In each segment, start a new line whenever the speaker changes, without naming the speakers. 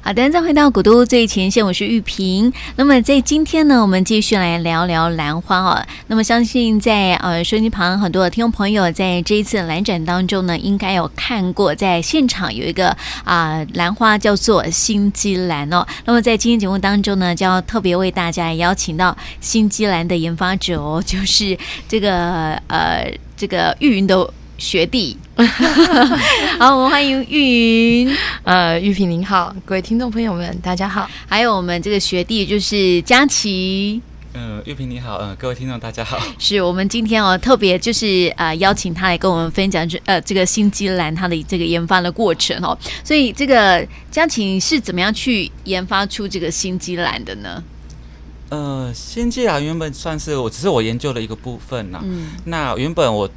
好的，再回到古都最前线，我是玉萍。那么在今天呢，我们继续来聊聊兰花哦。那么相信在呃收音机旁很多的听众朋友，在这一次兰展当中呢，应该有看过，在现场有一个啊、兰花叫做新基兰哦。那么在今天节目当中呢，就要特别为大家邀请到新基兰的研发者哦，就是这个呃这个玉云的学弟。 好，我们欢迎玉云。
呃，玉萍您好，各位听众朋友们，大家好。
还有我们这个学弟就是佳琪，
嗯，玉萍你好，嗯，各位听众大家好。
是我们今天哦特别就是呃邀请他来跟我们分享这呃这个新西兰它的这个研发的过程哦，所以这个佳琪是怎么样去研发出这个新西兰的呢？
呃，仙姬兰原本算是我，只是我研究的一个部分呐、
嗯
那原本我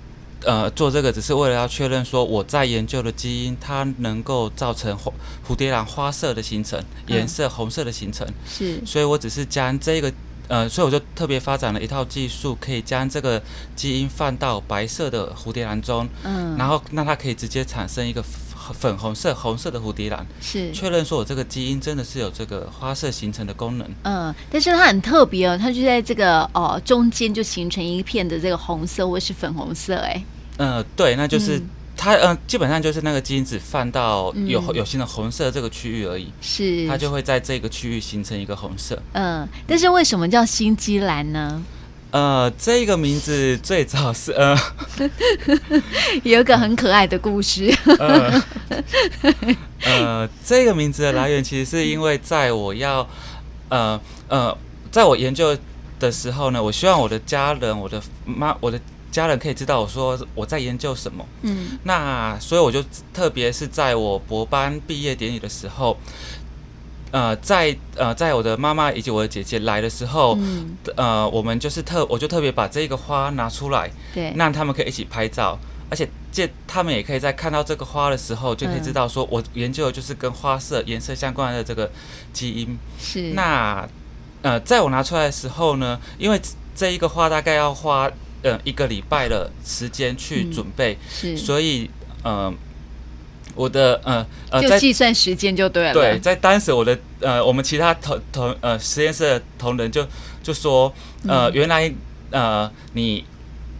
呃做这个只是为了要确认说我在研究的基因它能够造成花蝴蝶兰花色的形成、
嗯
颜色红色的形成，
是
所以我只是将这个呃，所以我就特别发展了一套技术，可以将这个基因放到白色的蝴蝶兰中，
嗯，
然后让它可以直接产生一个粉粉红色红色的蝴蝶兰。
是
确认说我这个基因真的是有这个花色形成的功能。
嗯，但是它很特别哦，它就在这个哦中间就形成一片的这个红色或是粉红色，哎，
呃，对，那就是、
嗯
它，呃，基本上就是那个基因只放到有、
嗯
有形的红色这个区域而已，
是
它就会在这个区域形成一个红色。
嗯，但是为什么叫新西兰呢？
呃，这个名字最早是呃
有一个很可爱的故事。
呃呃，这个名字的来源其实是因为在我要呃呃，在我研究的时候呢，我希望我的家人、我的妈、我的家人可以知道我说我在研究什么。
嗯
那所以我就特别是在我博班毕业典礼的时候，呃，在呃，在我的妈妈以及我的姐姐来的时候，
嗯，
呃，我们就是特我就特别把这个花拿出来，
对，
让他们可以一起拍照，而且这他们也可以在看到这个花的时候，就可以知道说我研究的就是跟花色、颜色相关的这个基因。
是
那呃，在我拿出来的时候呢，因为这一个花大概要花呃一个礼拜的时间去
嗯
准备。
是
所以，呃，我的呃呃，
就
在
计算时间就对了。
对，在当时我的呃，我们其他同同呃实验室的同仁就就说，呃，
嗯
原来呃你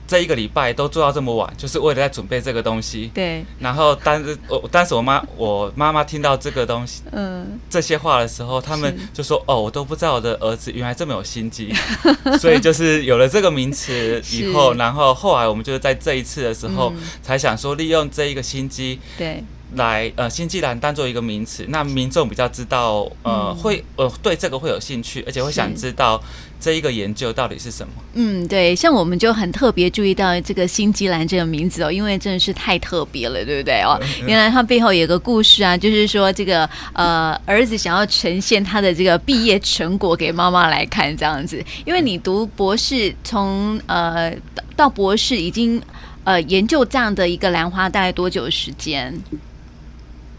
这一个礼拜都做到这么晚，就是为了在准备这个东西。
对
然后当时我当时我妈我妈妈听到这个东西
嗯，
这些话的时候，他们
是
就说哦，我都不知道我的儿子原来这么有心机， 所以就是有了这个名词以后，
是
然后后来我们就是在这一次的时候、
嗯
才想说利用这一个心机
对，
来呃新西兰当做一个名词，那民众比较知道呃、
嗯
会呃对这个会有兴趣，而且会想知道这一个研究到底是什么。
嗯对，像我们就很特别注意到这个新西兰这个名字哦，因为真的是太特别了，对不对哦？
嗯
原来它背后有个故事啊，就是说这个呃儿子想要呈现他的这个毕业成果给妈妈来看，这样子。因为你读博士，从呃到到博士已经呃研究这样的一个兰花大概多久的时间？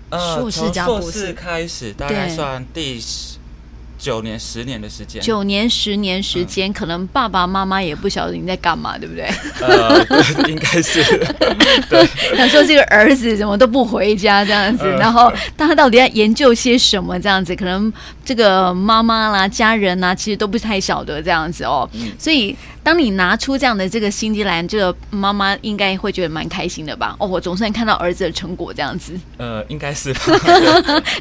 呃，
硕士
从
加
硕
博士
士开始，大概
对
算第十九年、十年的时间。
九年、十年
嗯
时间，可能爸爸妈妈也不晓得你在干嘛，对不对？
呃， 对应该是
想说这个儿子怎么都不回家这样子，
嗯
然后他到底在研究些什么这样子？可能这个妈妈啦、家人啦，其实都不太晓得这样子哦。
嗯
所以，当你拿出这样的这个新西兰，这个妈妈应该会觉得蛮开心的吧？哦，我总算看到儿子的成果这样子。
呃，应该是吧。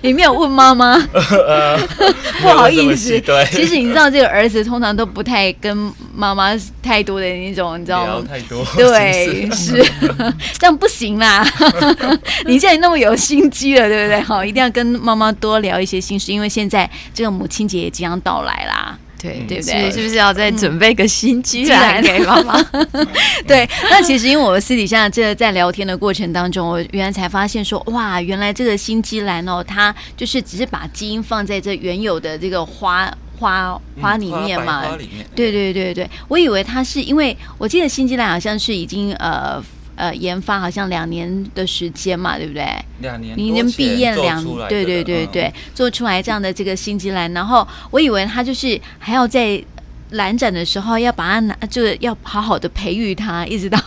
你没有问妈 妈， 不好意思
没有这么细对，
其实你知道这个儿子通常都不太跟妈妈太多的那种，你知道
聊
吗？
太多，
对，
是
是 这样不行啦。 你现在那么有心机了，对不对？好，一定要跟妈妈多聊一些心事，因为现在这个母亲节也即将到来啦。
对
嗯
对不
所以
对
是不是要再准备个新居
来
来给妈妈？
对，那其实因为我私底下这在聊天的过程当中，我原来才发现说，哇，原来这个新西兰哦，它就是只是把基因放在这原有的这个花花花里面嘛，
嗯花里面，
对对对对，我以为它是因为我记得新西兰好像是已经呃呃研发好像两年的时间嘛，对不对？
两年
你已
多
经
前
毕业
做
两
出来，的
对对对
嗯
对，做出来这样的这个新西兰，然后我以为它就是还要再蓝展的时候要把它拿，就是要好好的培育它，一直到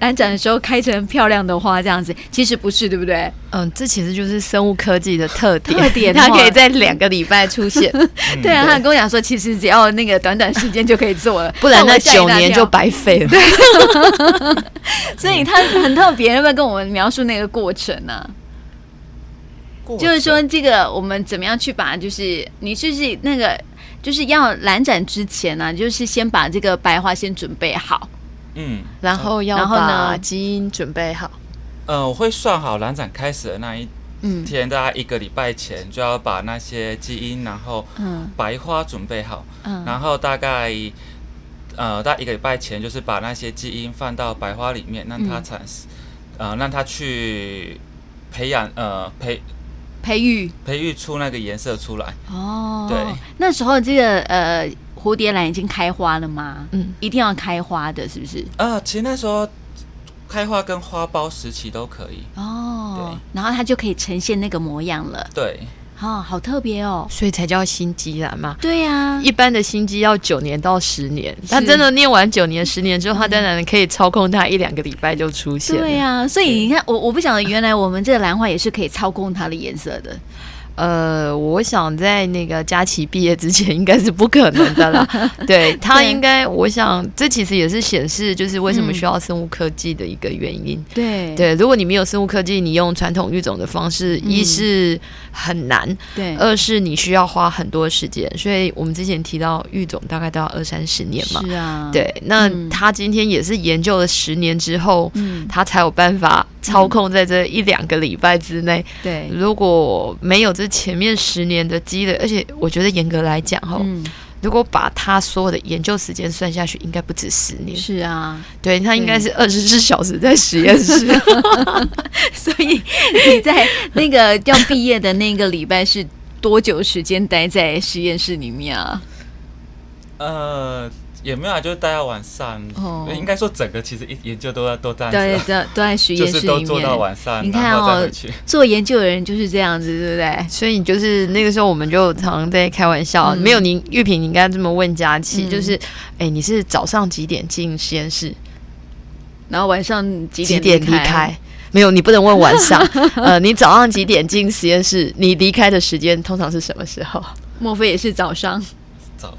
蓝展的时候开成漂亮的花这样子。其实不是，对不对？
嗯，这其实就是生物科技的特点，
特点
它
哇
可以在两个礼拜 出现，
嗯
对啊，他跟我讲说，其实只要那个短短时间就可以做 了，
不然
那
那九年就。白费了。
所以他很特别，要不要跟我们描述那个过程呢、
过
就是说，
程
这个我们怎么样去把，就是你是不是那个，就是要蓝展之前呢、就是先把这个白花先准备好，
嗯，
然后要
然后呢
把基因准备好，
呃，我会算好蓝展开始的那一
嗯
天，大概一个礼拜前就要把那些基因，然后
嗯
白花准备好，
嗯
然后大概呃，大概一个礼拜前就是把那些基因放到白花里面，让它
嗯
产生，呃，让它去培养，呃，培
培育
培育出那个颜色出来。
哦。
对，
那时候这个呃蝴蝶兰已经开花了吗？
嗯，
一定要开花的，是不是？
啊、其实那时候开花跟花苞时期都可以。
哦
对，
然后它就可以呈现那个模样了。
对，
哦，好特别哦。
所以才叫心机啦嘛。
对呀、
一般的心机要九年到十年，他
是
真的念完九年、十年之后，他当然可以操控他一两个礼拜就出现。
对、呀、所以你看，我我不晓得，原来我们这个兰花也是可以操控它的颜色的。
呃，我想在那个佳琪毕业之前，应该是不可能 的啦。对他
对
应该，我想这其实也是显示，就是为什么
嗯
需要生物科技的一个原因。
对
对，如果你没有生物科技，你用传统育种的方式，一
嗯
是很难，
对，
二是你需要花很多时间。所以我们之前提到育种大概都要二三十年嘛。
是啊，，
对，那
嗯
他今天也是研究了十年之后，
嗯，
他才有办法操控在这一两个礼拜之内。
对，
如果没有这前面十年的积累，而且我觉得严格来讲，哈、
嗯，
如果把他所有的研究时间算下去，应该不止十年。
是 啊，
对他应该是二十四小时在实验 室。
所以你在那个要毕业的那个礼拜是多久时间待在实验室里面啊？
呃，也没有啊，就是待到晚上。
哦
应该说整个其实一研究都在都在，
对，都都在实
就
验室
是
里
都
面。
做到晚上，
你看
然后再
哦
回去。，
做研究的人就是这样子，对不对？
所以就是那个时候，我们就常常在开玩笑，
嗯
没有您玉萍，你应该这么问佳琪，
嗯
就是，哎、你是早上几点进实验室？
然后晚上几
几
点
点离开？没有，你不能问晚上。 呃，你早上几点进实验室？你离开的时间通常是什么时候？
莫非也是早上
早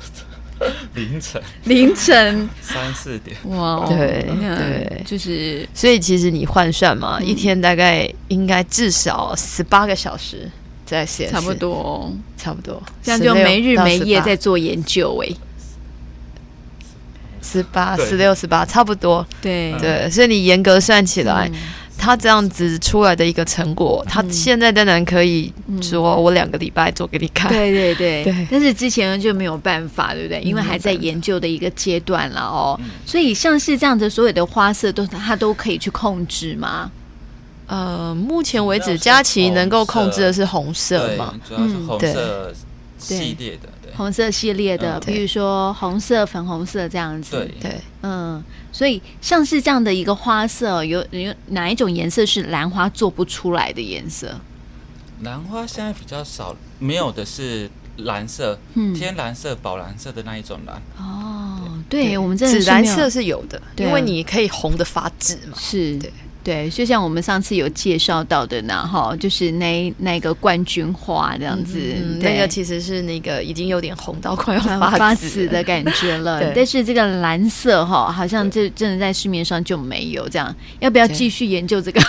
凌晨
凌 晨？
三四点，
哇哦，
对
那
对
就是
所以其实你换算嘛，
嗯
一天大概应该至少十八个小时在实验室，
差不，多哦、
差不多，
这样就没日没夜在
在
做研究哎、
十八、
对
十六、十八，差不多。
嗯
对
对，所以你严格算起来，
嗯
他这样子出来的一个成果，他现在当然可以说我两个礼拜做给你看。
对对对
对嗯
但是之前就没有办法，对不对？因为还在研究的一个阶段了哦，所以像是这样的所有的花色都它都可以去控制吗？
呃，目前为
主要
止，
是
佳琪能够
红色
控制的是红色
对
嘛？，
主要是
嗯
红
对
色系列的，对
红色系列的，
嗯
比如说红色、粉红色这样子。
对，
对，
嗯，所以像是这样的一个花色哦，有有哪一种颜色是兰花做不出来的颜色？
兰花现在比较少，没有的是蓝色，
嗯
天蓝色、宝蓝色的那一种 蓝。
哦，对我们真的
紫
是
蓝
没有
色是有的，
对啊
因为你可以红的发紫嘛。
是，
对
对就像我们上次有介绍到的呢，哈，就是那那个冠军花这样子，
嗯，
对
那个其实是那个已经有点红到快要
快要
发
发
紫
紫
了
的感觉了
对，
但是这个蓝色哈，好像这真的在市面上就没有这样，要不要
对
继续研究这个？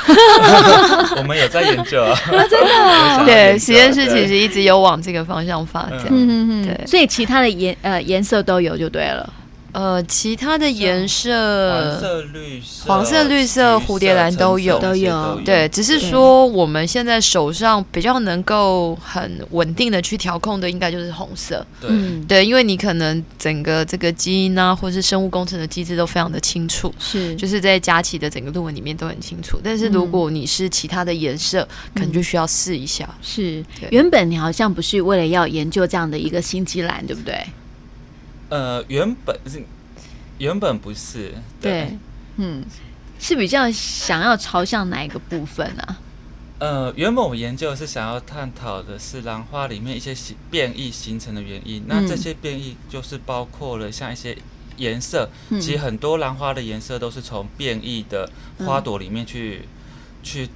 我们有在研 究啊，真的
哦对，实验室其实一直有往这个方向发展。
嗯
嗯
对
所以其他的颜呃颜色都有就对了，
呃，其他的颜
黄
色，
色、绿色、
黄色绿色
橘
蝴蝶兰
橙
都
色
有
这些
都有
对，只是说我们现在手上比较能够很稳定的去调控的，应该就是红色。
对，
嗯，
对，因为你可能整个这个基因啊，或是生物工程的机制都非常的清楚。
是，
就是在佳琪的整个论文里面都很清楚，但是如果你是其他的颜色，可能就需要试一下。
是
对，
原本你好像不是为了要研究这样的一个新西兰，对不对？
呃，原本是原本不是，对，
嗯，是比较想要朝向哪一个部分啊？
呃，原本我研究是想要探讨的是兰花里面一些形变异形成的原因。那这
嗯
些变异就是包括了像一些颜色，
嗯
其实很多兰花的颜色都是从变异的花朵里面去、去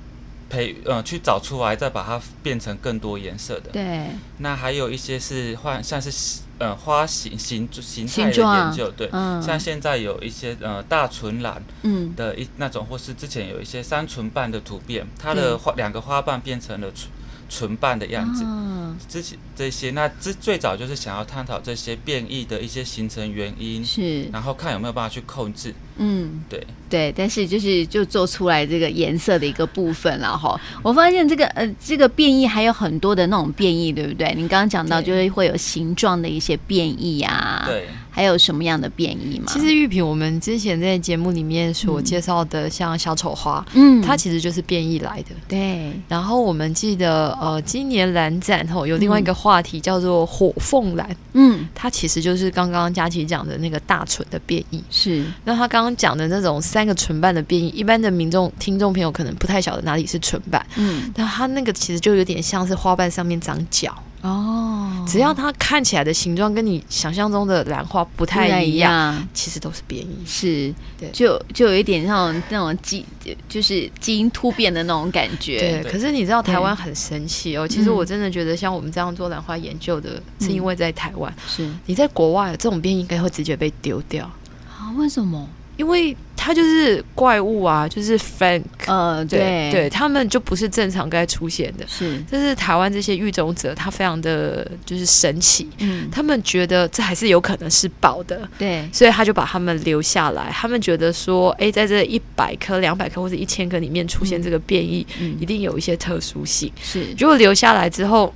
培呃去找出来，再把它变成更多颜色的。
对，
那还有一些是换像是呃花形形形态
形
的
状
研究，对。
嗯
像现在有一些呃大唇兰
嗯
的一那种，或是之前有一些三唇瓣的突变，它
对
的花两个花瓣变成了唇唇瓣的样子。
啊
之前这些，那之最早就是想要探讨这些变异的一些形成原因，
是
然后看有没有办法去控制。
嗯。
对，
对，但是就是就做出来这个颜色的一个部分了哈。我发现这个呃这个变异还有很多的那种变异，对不对？你刚刚讲到就
对
是会有形状的一些变异啊，，
对，
还有什么样的变异吗？
其实玉萍，我们之前在节目里面所介绍的，像小丑花，
嗯，
它其实就是变异来的。
对，
然后我们记得，呃，今年蓝展吼有另外一个话题叫做火凤兰，
嗯，
它其实就是刚刚佳琪讲的那个大唇的变异。
是，
那他刚刚讲的那种三个唇瓣的变异，一般的民众听众朋友可能不太晓得哪里是唇瓣，
嗯，
那它那个其实就有点像是花瓣上面长角，
哦，
只要它看起来的形状跟你想象中的兰花不
不太
太
一
一样，
样。
其实都是变异。
是，
对
就就有一点那种那种基，就是基因突变的那种感觉。
对，嗯
对
可是你知道
对
台湾很神奇哦。其实我真的觉得，像我们这样做兰花研究的，是因为在台湾。
是
你在国外这种变异应该会直接被丢掉，
啊，为什么？
因为它就是怪物啊，就是 Frank，、
呃，
哦对
对，
他们就不是正常该出现的。
是，
这是台湾这些育种者，他非常的就是神奇，
嗯，
他们觉得这还是有可能是宝的，
对，
所以他就把他们留下来。他们觉得说，诶，在这一百颗、两百颗或者一千颗里面出现这个变异，
嗯
一，定有一些特殊性。
是，
如果留下来之后，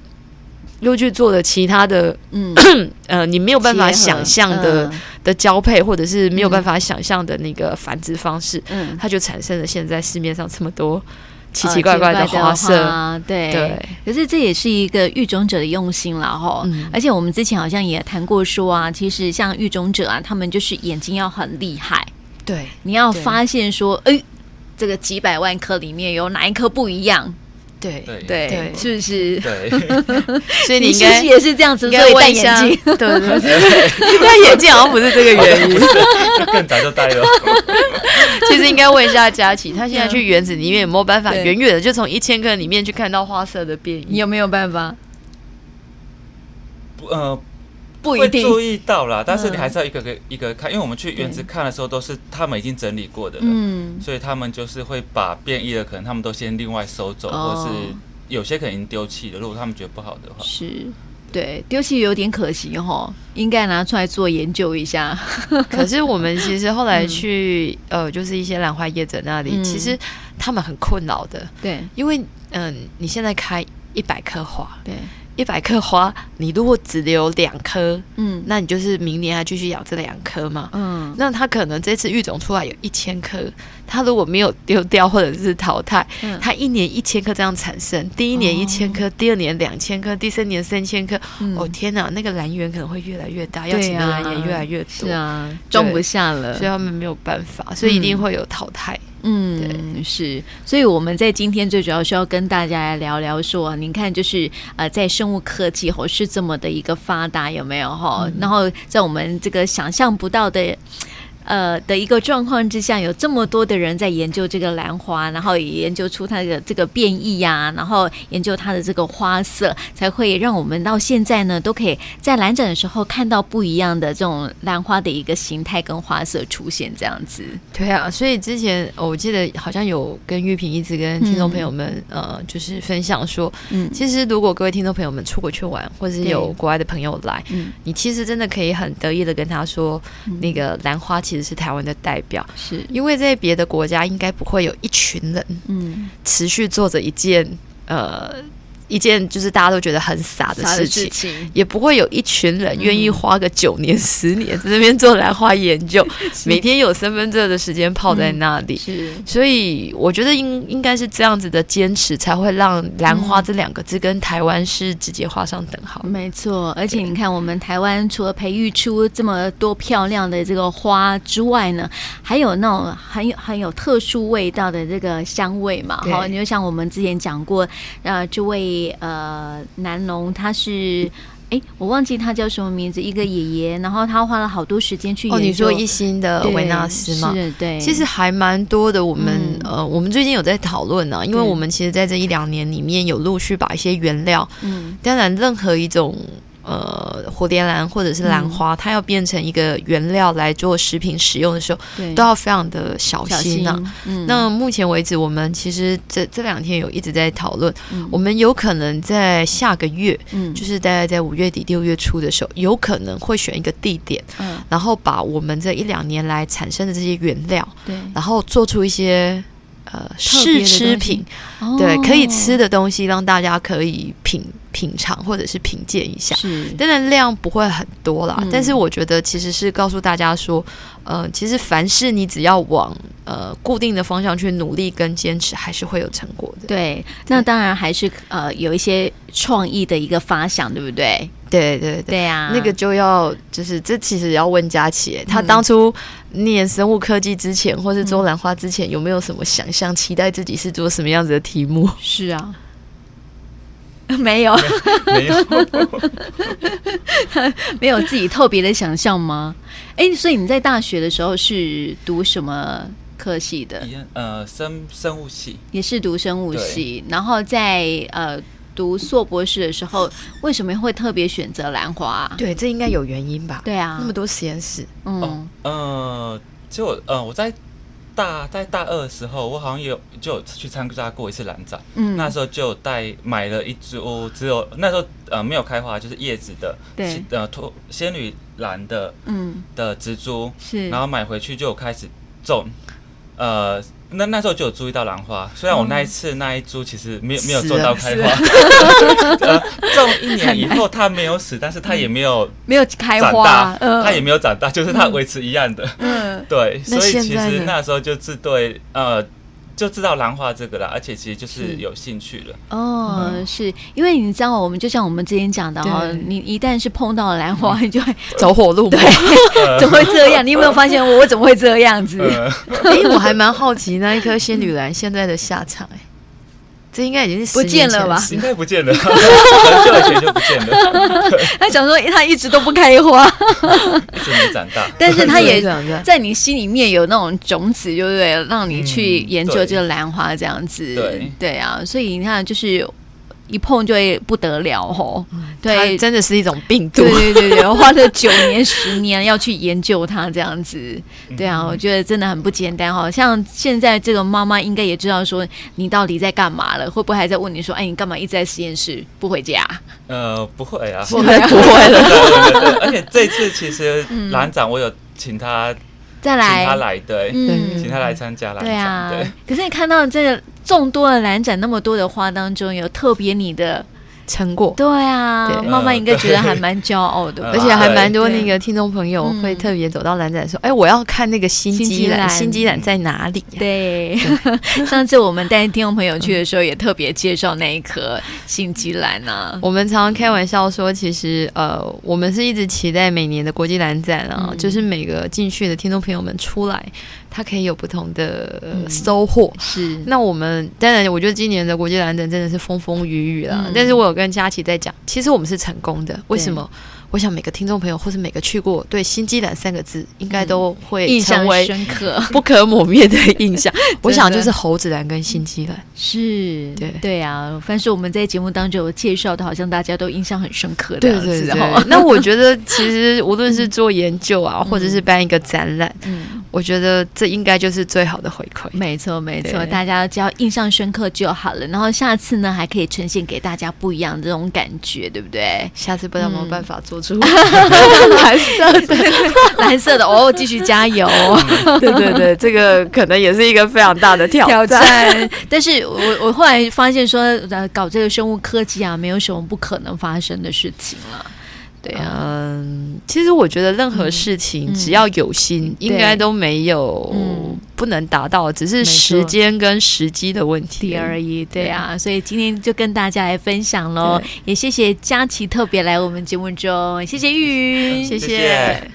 又去做了其他的，
嗯，
呃，你没有办法
结合嗯
想象的、，的交配，或者是没有办法想象的那个繁殖方式，
嗯，嗯
它就产生了现在市面上这么多 奇
呃
奇怪怪的花色。
花对
对，
可是这也是一个育种者的用心了哈。
嗯
而且我们之前好像也谈过说啊，其实像育种者啊，他们就是眼睛要很厉害，
对
你要
对
发现说，哎，这个几百万颗里面有哪一颗不一样，
对
对，
对，
对
是不是？
对，
所以你应
是不
该
是也是这样子，所
应该
以戴
问一
眼
下，
镜？
对对对， 戴眼镜好像不是这个 原因，
就更早就带了。
其实应该问一下佳琪，她现在去园子里面有没有办法
对
远远的就从一千个里面去看到花色的变
你
异？
有没有办法？
不呃，
不一
会
定，
注意到啦，但是你
嗯
还是要一个个一个看，因为我们去园子看的时候都是他们已经整理过的了，
嗯，
所以他们就是会把变异的可能他们都先另外收走，
哦
或是有些可能已经丢弃了，如果他们觉得不好的话，
是。对，丢弃有点可惜哈，应该拿出来做研究一下。
可是我们其实后来去呃，就是一些兰花业者那里，
嗯
其实他们很困扰的，
对
因为嗯、你现在开一百棵花，
对，
一百棵花，你如果只留两颗，
嗯
那你就是明年还继续养这两颗嘛。
嗯，
那它可能这次育种出来有一千颗，它如果没有丢掉或者是淘汰，
嗯哦
它一年一千颗这样产生，第一年一千颗，第二年两千颗，第三年三千颗。
嗯
哦天哪，那个兰园可能会越来越大，
对啊
邀请的兰园越来越多，
是啊，装不下了
所以。他们没有办法，所以一定会有淘汰。
嗯，
对
是，所以我们在今天最主要是要跟大家来聊聊说，你看就是呃，在生物科技吼是这么的一个发达，有没有哈？然后在我们这个想象不到的。呃的一个状况之下，有这么多的人在研究这个兰花，然后也研究出它的这个变异呀、然后研究它的这个花色，才会让我们到现在呢，都可以在兰展的时候看到不一样的这种兰花的一个形态跟花色出现，这样子。
对啊，所以之前、哦我记得好像有跟玉萍一直跟听众朋友们、呃，就是分享说，
嗯
其实如果各位听众朋友们出国去玩，或是
对
有国外的朋友来，
嗯，
你其实真的可以很得意的跟他说，那个兰花其实是台湾的代表，
是，
因为在别的国家应该不会有一群人
嗯。
持续做着一件呃。一件就是大家都觉得很傻的
啥
事
的
情
事，情，
也不会有一群人愿意花个九年、十年在那边做兰花研究，每天有三分之二的时间泡在那里。
是
所以我觉得应应该是这样子的坚持，才会让“兰花”这两个字跟台湾是直接画上等号。
没错，而且你看，我们台湾除了培育出这么多漂亮的这个花之外呢，还有那种很有很有特殊味道的这个香味嘛。
对
好，你就像我们之前讲过，呃，这位呃南农他是。哎，我忘记他叫什么名字，一个爷爷，然后他花了好多时间去研
哦，
究。
你说一心的
对
维纳斯吗？
是，对。
其实还蛮多的。我们、
嗯
呃，我们最近有在讨论呢、因为
对
我们其实在这一两年里面有陆续把一些原料，
嗯，
当然任何一种呃蝴蝶兰或者是兰花，它要变成一个原料来做食品使用的时候，
对，
都要非常的小
小
心
心
呐、
嗯，
那目前为止，我们其实这这两天有一直在讨论，
嗯
我们有可能在下个月，
嗯
就是大概在五月底六月初的时候，有可能会选一个地点，
嗯，
然后把我们这一两年来产生的这些原料，
对，
然后做出一些呃
别的
试吃品，
哦
对，可以吃的东西，让大家可以品品尝或者是品鉴一下。
是，
当然量不会很多啦，
嗯
但是我觉得其实是告诉大家说，呃，其实凡事你只要往呃固定的方向去努力跟坚持，还是会有成果的。
对，那当然还是呃有一些创意的一个发想，对不对？
对对对。
对
啊
呀、
那个就要就是这其实也要问佳琪，
嗯
欸他当初念生物科技之前，或是周兰花之前，有没有什么想象，期待自己是做什么样子的题目？
是啊， 没 有
没有，
没有自己特别的想象吗？哎，所以你在大学的时候是读什么科系的
一？样呃，生生物系，
也是读生物系，然后在呃读硕博士的时候，为什么会特别选择兰花啊、
对，这应该有原因吧？
对啊
那么多实验室，
嗯，
呃，就呃，我在大在大二的时候，我好像有就有去参加过一次兰展，
嗯
那时候就有带买了一株，只有那时候呃没有开花，就是叶子的，
对
仙呃托仙女兰的
嗯
的植株，
是，
然后买回去就有开始种，呃。那那时候就有注意到兰花，虽然我那一次那一株其实没有没有
死
做
了
到开花， 呃，种一年以后它没有死，但是它也没有
没有开
长
花
大，，
嗯
它也没有长大，就是它维持一样的。
嗯
对，
那
所以
现
其
在
实
呢
那时候就是对呃，就知道兰花这个了，而且其实就是
是
有兴趣了。
哦，是因为你知道，我们就像我们之前讲的哦
对，
你一旦是碰到了兰花，你就会
走火入魔。
怎么会这样？你有没有发现我我怎么会这样子？
呃，
哎、我还蛮好奇那一颗仙女兰现在的下场、哎，这应该已经是
不见了
啊
吧
应该不见了，很久以前就不见了，
他想说他一直都不开花，
一直没长大。
但是他也
长大。
在你心里面有那种种子，对不对？让你去研究这个兰花这样子，
对
啊，所以你看，就是一碰就会不得了哦，
它
对。
真的是一种病毒
对。对对对，我花了九年、十年要去研究它，这样子，
嗯
对啊，我觉得真的很不简单哈、像现在这个妈妈应该也知道说你到底在干嘛了，会不会还在问你说，哎，你干嘛一直在实验室不回 家？
呃，不会啊，
应该不会了。
对对对对而且这次其实兰长我有请他，
再嗯
请
来，
他来，对，
嗯
请他来参加兰
对
长，
啊
对。，
可是你看到这众多的兰展那么多的花当中，有特别你的，
成果，
对啊，
对嗯
妈妈应该觉得还蛮骄傲的吧，
而且还蛮多
对
那个听众朋友
嗯
会特别走到兰展说：“哎、我要看那个新
新
基
基兰
兰，新基兰在哪里、啊呀
对， 上次我们带听众朋友去的时候，也特别介绍那一颗新基兰啊。
我们常常开玩笑说，其实呃，我们是一直期待每年的国际兰展啊，
嗯
就是每个进去的听众朋友们出来，他可以有不同的呃
嗯
收获。
是，
那我们当然，我觉得今年的国际兰展真的是风风雨雨啦。
嗯
但是我有跟佳琪在讲，其实我们是成功的。为什么？我想每个听众朋友或是每个去过，对“新基兰”三个字应该都会
嗯印
成
象
为
深刻，
不可磨灭的印象。我想就是猴子兰跟新基
嗯
兰。
是
对
对啊。凡是我们在节目当中有介绍的，好像大家都印象很深刻的
对
样
对
子哦
对
哈。，
那我觉得其实无论是做研究啊，或者是办一个展览，
嗯，
我觉得这应该就是最好的回馈。
没错，没错，
对
大家只要印象深刻就好了。然后下次呢，还可以呈现给大家不一样的这种感觉，对不 对？
下次不知道有没有办法做 出蓝色的，
蓝色的哦，继续加油。
对对对，这个可能也是一个非常大的
嗯
挑
挑
战。
战，但是我我后来发现说，呃，搞这个生物科技啊，没有什么不可能发生的事情了。对啊，
嗯，其实我觉得任何事情
嗯
只要有心，应该都没有
嗯
不能达到，只是
没错
时间跟时机的问题
题而
已。
已，对啊，所以今天就跟大家来分享喽，也谢谢佳琪特别来我们节目中，谢谢玉云，
谢
谢谢